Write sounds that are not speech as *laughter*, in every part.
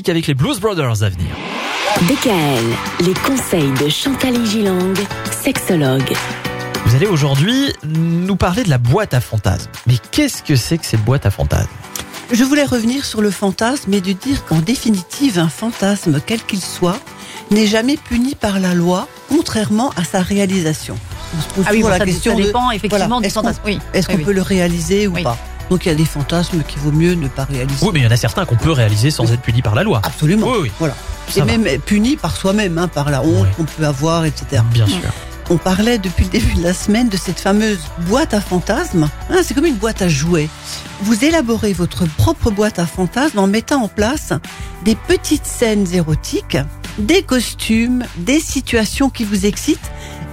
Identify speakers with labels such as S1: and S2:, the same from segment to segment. S1: musique avec les Blues Brothers à venir.
S2: DKL, les conseils de Chantal Gilang, sexologue.
S1: Vous allez aujourd'hui nous parler de la boîte à fantasmes. Mais qu'est-ce que c'est que cette boîte à fantasmes
S3: Je voulais revenir sur le fantasme et de dire qu'en définitive, un fantasme, quel qu'il soit, n'est jamais puni par la loi, contrairement à sa réalisation. On se pose
S4: Ah oui, bon,
S3: toujours la
S4: ça,
S3: question
S4: ça
S3: de-
S4: dépend effectivement
S3: voilà,
S4: du
S3: est-ce qu'on-
S4: fantasme. Oui,
S3: Est-ce
S4: oui,
S3: qu'on
S4: oui.
S3: peut le réaliser ou
S4: Oui.
S3: pas Donc il y a des fantasmes qu'il vaut mieux ne pas réaliser.
S1: Oui, mais il y en a certains qu'on peut réaliser sans être puni par la loi.
S3: Absolument.
S1: Oui, oui,
S3: Voilà.
S1: ça
S3: Et
S1: va.
S3: même puni par soi-même, hein, par la honte
S1: Ouais.
S3: qu'on peut avoir, etc.
S1: Bien sûr.
S3: On parlait depuis le début de la semaine de cette fameuse boîte à fantasmes. Hein, c'est comme une boîte à jouets. Vous élaborez votre propre boîte à fantasmes en mettant en place des petites scènes érotiques, des costumes, des situations qui vous excitent.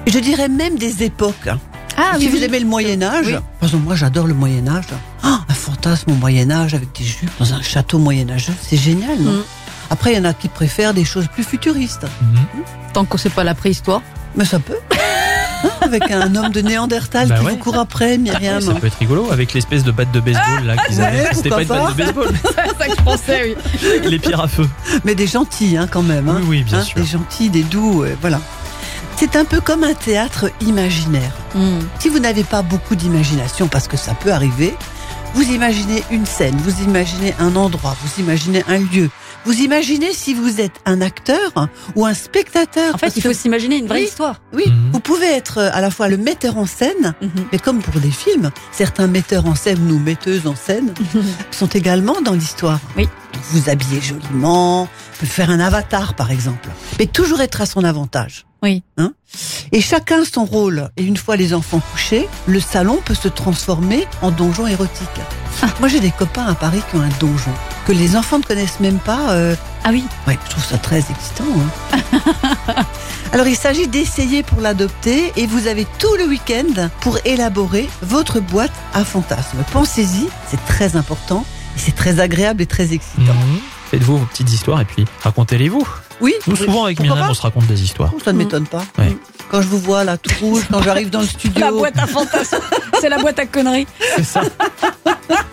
S3: Je dirais même des époques.
S4: Ah
S3: si
S4: oui,
S3: vous
S4: oui.
S3: aimez le Moyen Âge,
S4: Oui.
S3: par exemple, moi j'adore le Moyen Âge. Ah, un fantasme au Moyen Âge avec des jupes dans un château moyenâgeux, c'est génial. non
S4: Mm.
S3: Après, il y en a qui préfèrent des choses plus futuristes.
S1: Mhm.
S4: Tant que c'est pas la préhistoire.
S3: Mais ça peut. Hein, avec un homme de Néandertal
S1: Bah
S3: qui
S1: ouais. Ah
S3: vous court après, Myriam.
S1: Oui, ça peut être rigolo avec l'espèce de batte de baseball là qu'ils
S3: Ouais,
S1: avaient. C'était Ah, pas une
S3: pourquoi
S1: batte de baseball,
S4: *laughs* C'est ça que je pensais, *laughs* oui.
S1: mais les pierres à feu.
S3: Mais des gentils, hein, quand même. hein.
S1: Oui, oui, bien
S3: Hein,
S1: sûr.
S3: des gentils, des doux, euh, voilà. C'est un peu comme un théâtre imaginaire.
S4: Hmm.
S3: Si vous n'avez pas beaucoup d'imagination, parce que ça peut arriver, vous imaginez une scène, vous imaginez un endroit, vous imaginez un lieu. Vous imaginez si vous êtes un acteur ou un spectateur.
S4: En fait,
S3: parce
S4: il faut
S3: que-
S4: s'imaginer une vraie
S3: Oui.
S4: histoire.
S3: oui,
S1: Mhm.
S3: vous pouvez être euh, à la fois le metteur en scène, mais comme pour les films, certains metteurs en scène ou metteuses en scène sont également dans l'histoire.
S4: Oui.
S3: Vous habiller joliment, faire un avatar par exemple, mais toujours être à son avantage.
S4: Oui.
S3: Hein et chacun son rôle. Et une fois les enfants couchés, le salon peut se transformer en donjon érotique. Ah, Moi j'ai des copains à Paris qui ont un donjon que les enfants ne connaissent même pas. euh,
S4: Ah oui.
S3: Ouais, je trouve ça très excitant. hein. *laughs* Alors, il s'agit d'essayer pour l'adopter et vous avez tout le week-end pour élaborer votre boîte à fantasmes. Pensez-y, c'est très important et c'est très agréable et très excitant.
S1: Mhm. Faites-vous vos petites histoires et puis racontez-les-vous.
S3: Oui,
S1: Nous,
S3: oui,
S1: Mm. souvent, avec
S3: pourquoi
S1: Myriam,
S3: pas Oh,
S1: on se raconte des histoires.
S3: Ça ne m'étonne pas.
S1: Ouais.
S3: Quand je vous vois là, tout rouge, quand j'arrive dans le studio.
S4: Mm. *laughs* La boîte à fantasmes. *laughs* c'est la boîte à conneries.
S1: C'est ça.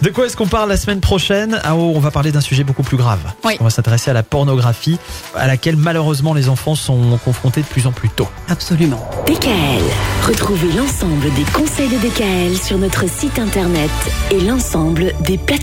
S1: De quoi est-ce qu'on parle la semaine prochaine Ah, oh, On va parler d'un sujet beaucoup plus grave.
S4: Oui.
S1: On va s'intéresser à la pornographie, à laquelle malheureusement les enfants sont confrontés de plus en plus tôt.
S3: Absolument.
S2: DKL. Retrouvez l'ensemble des conseils de DKL sur notre site internet et l'ensemble des plateformes.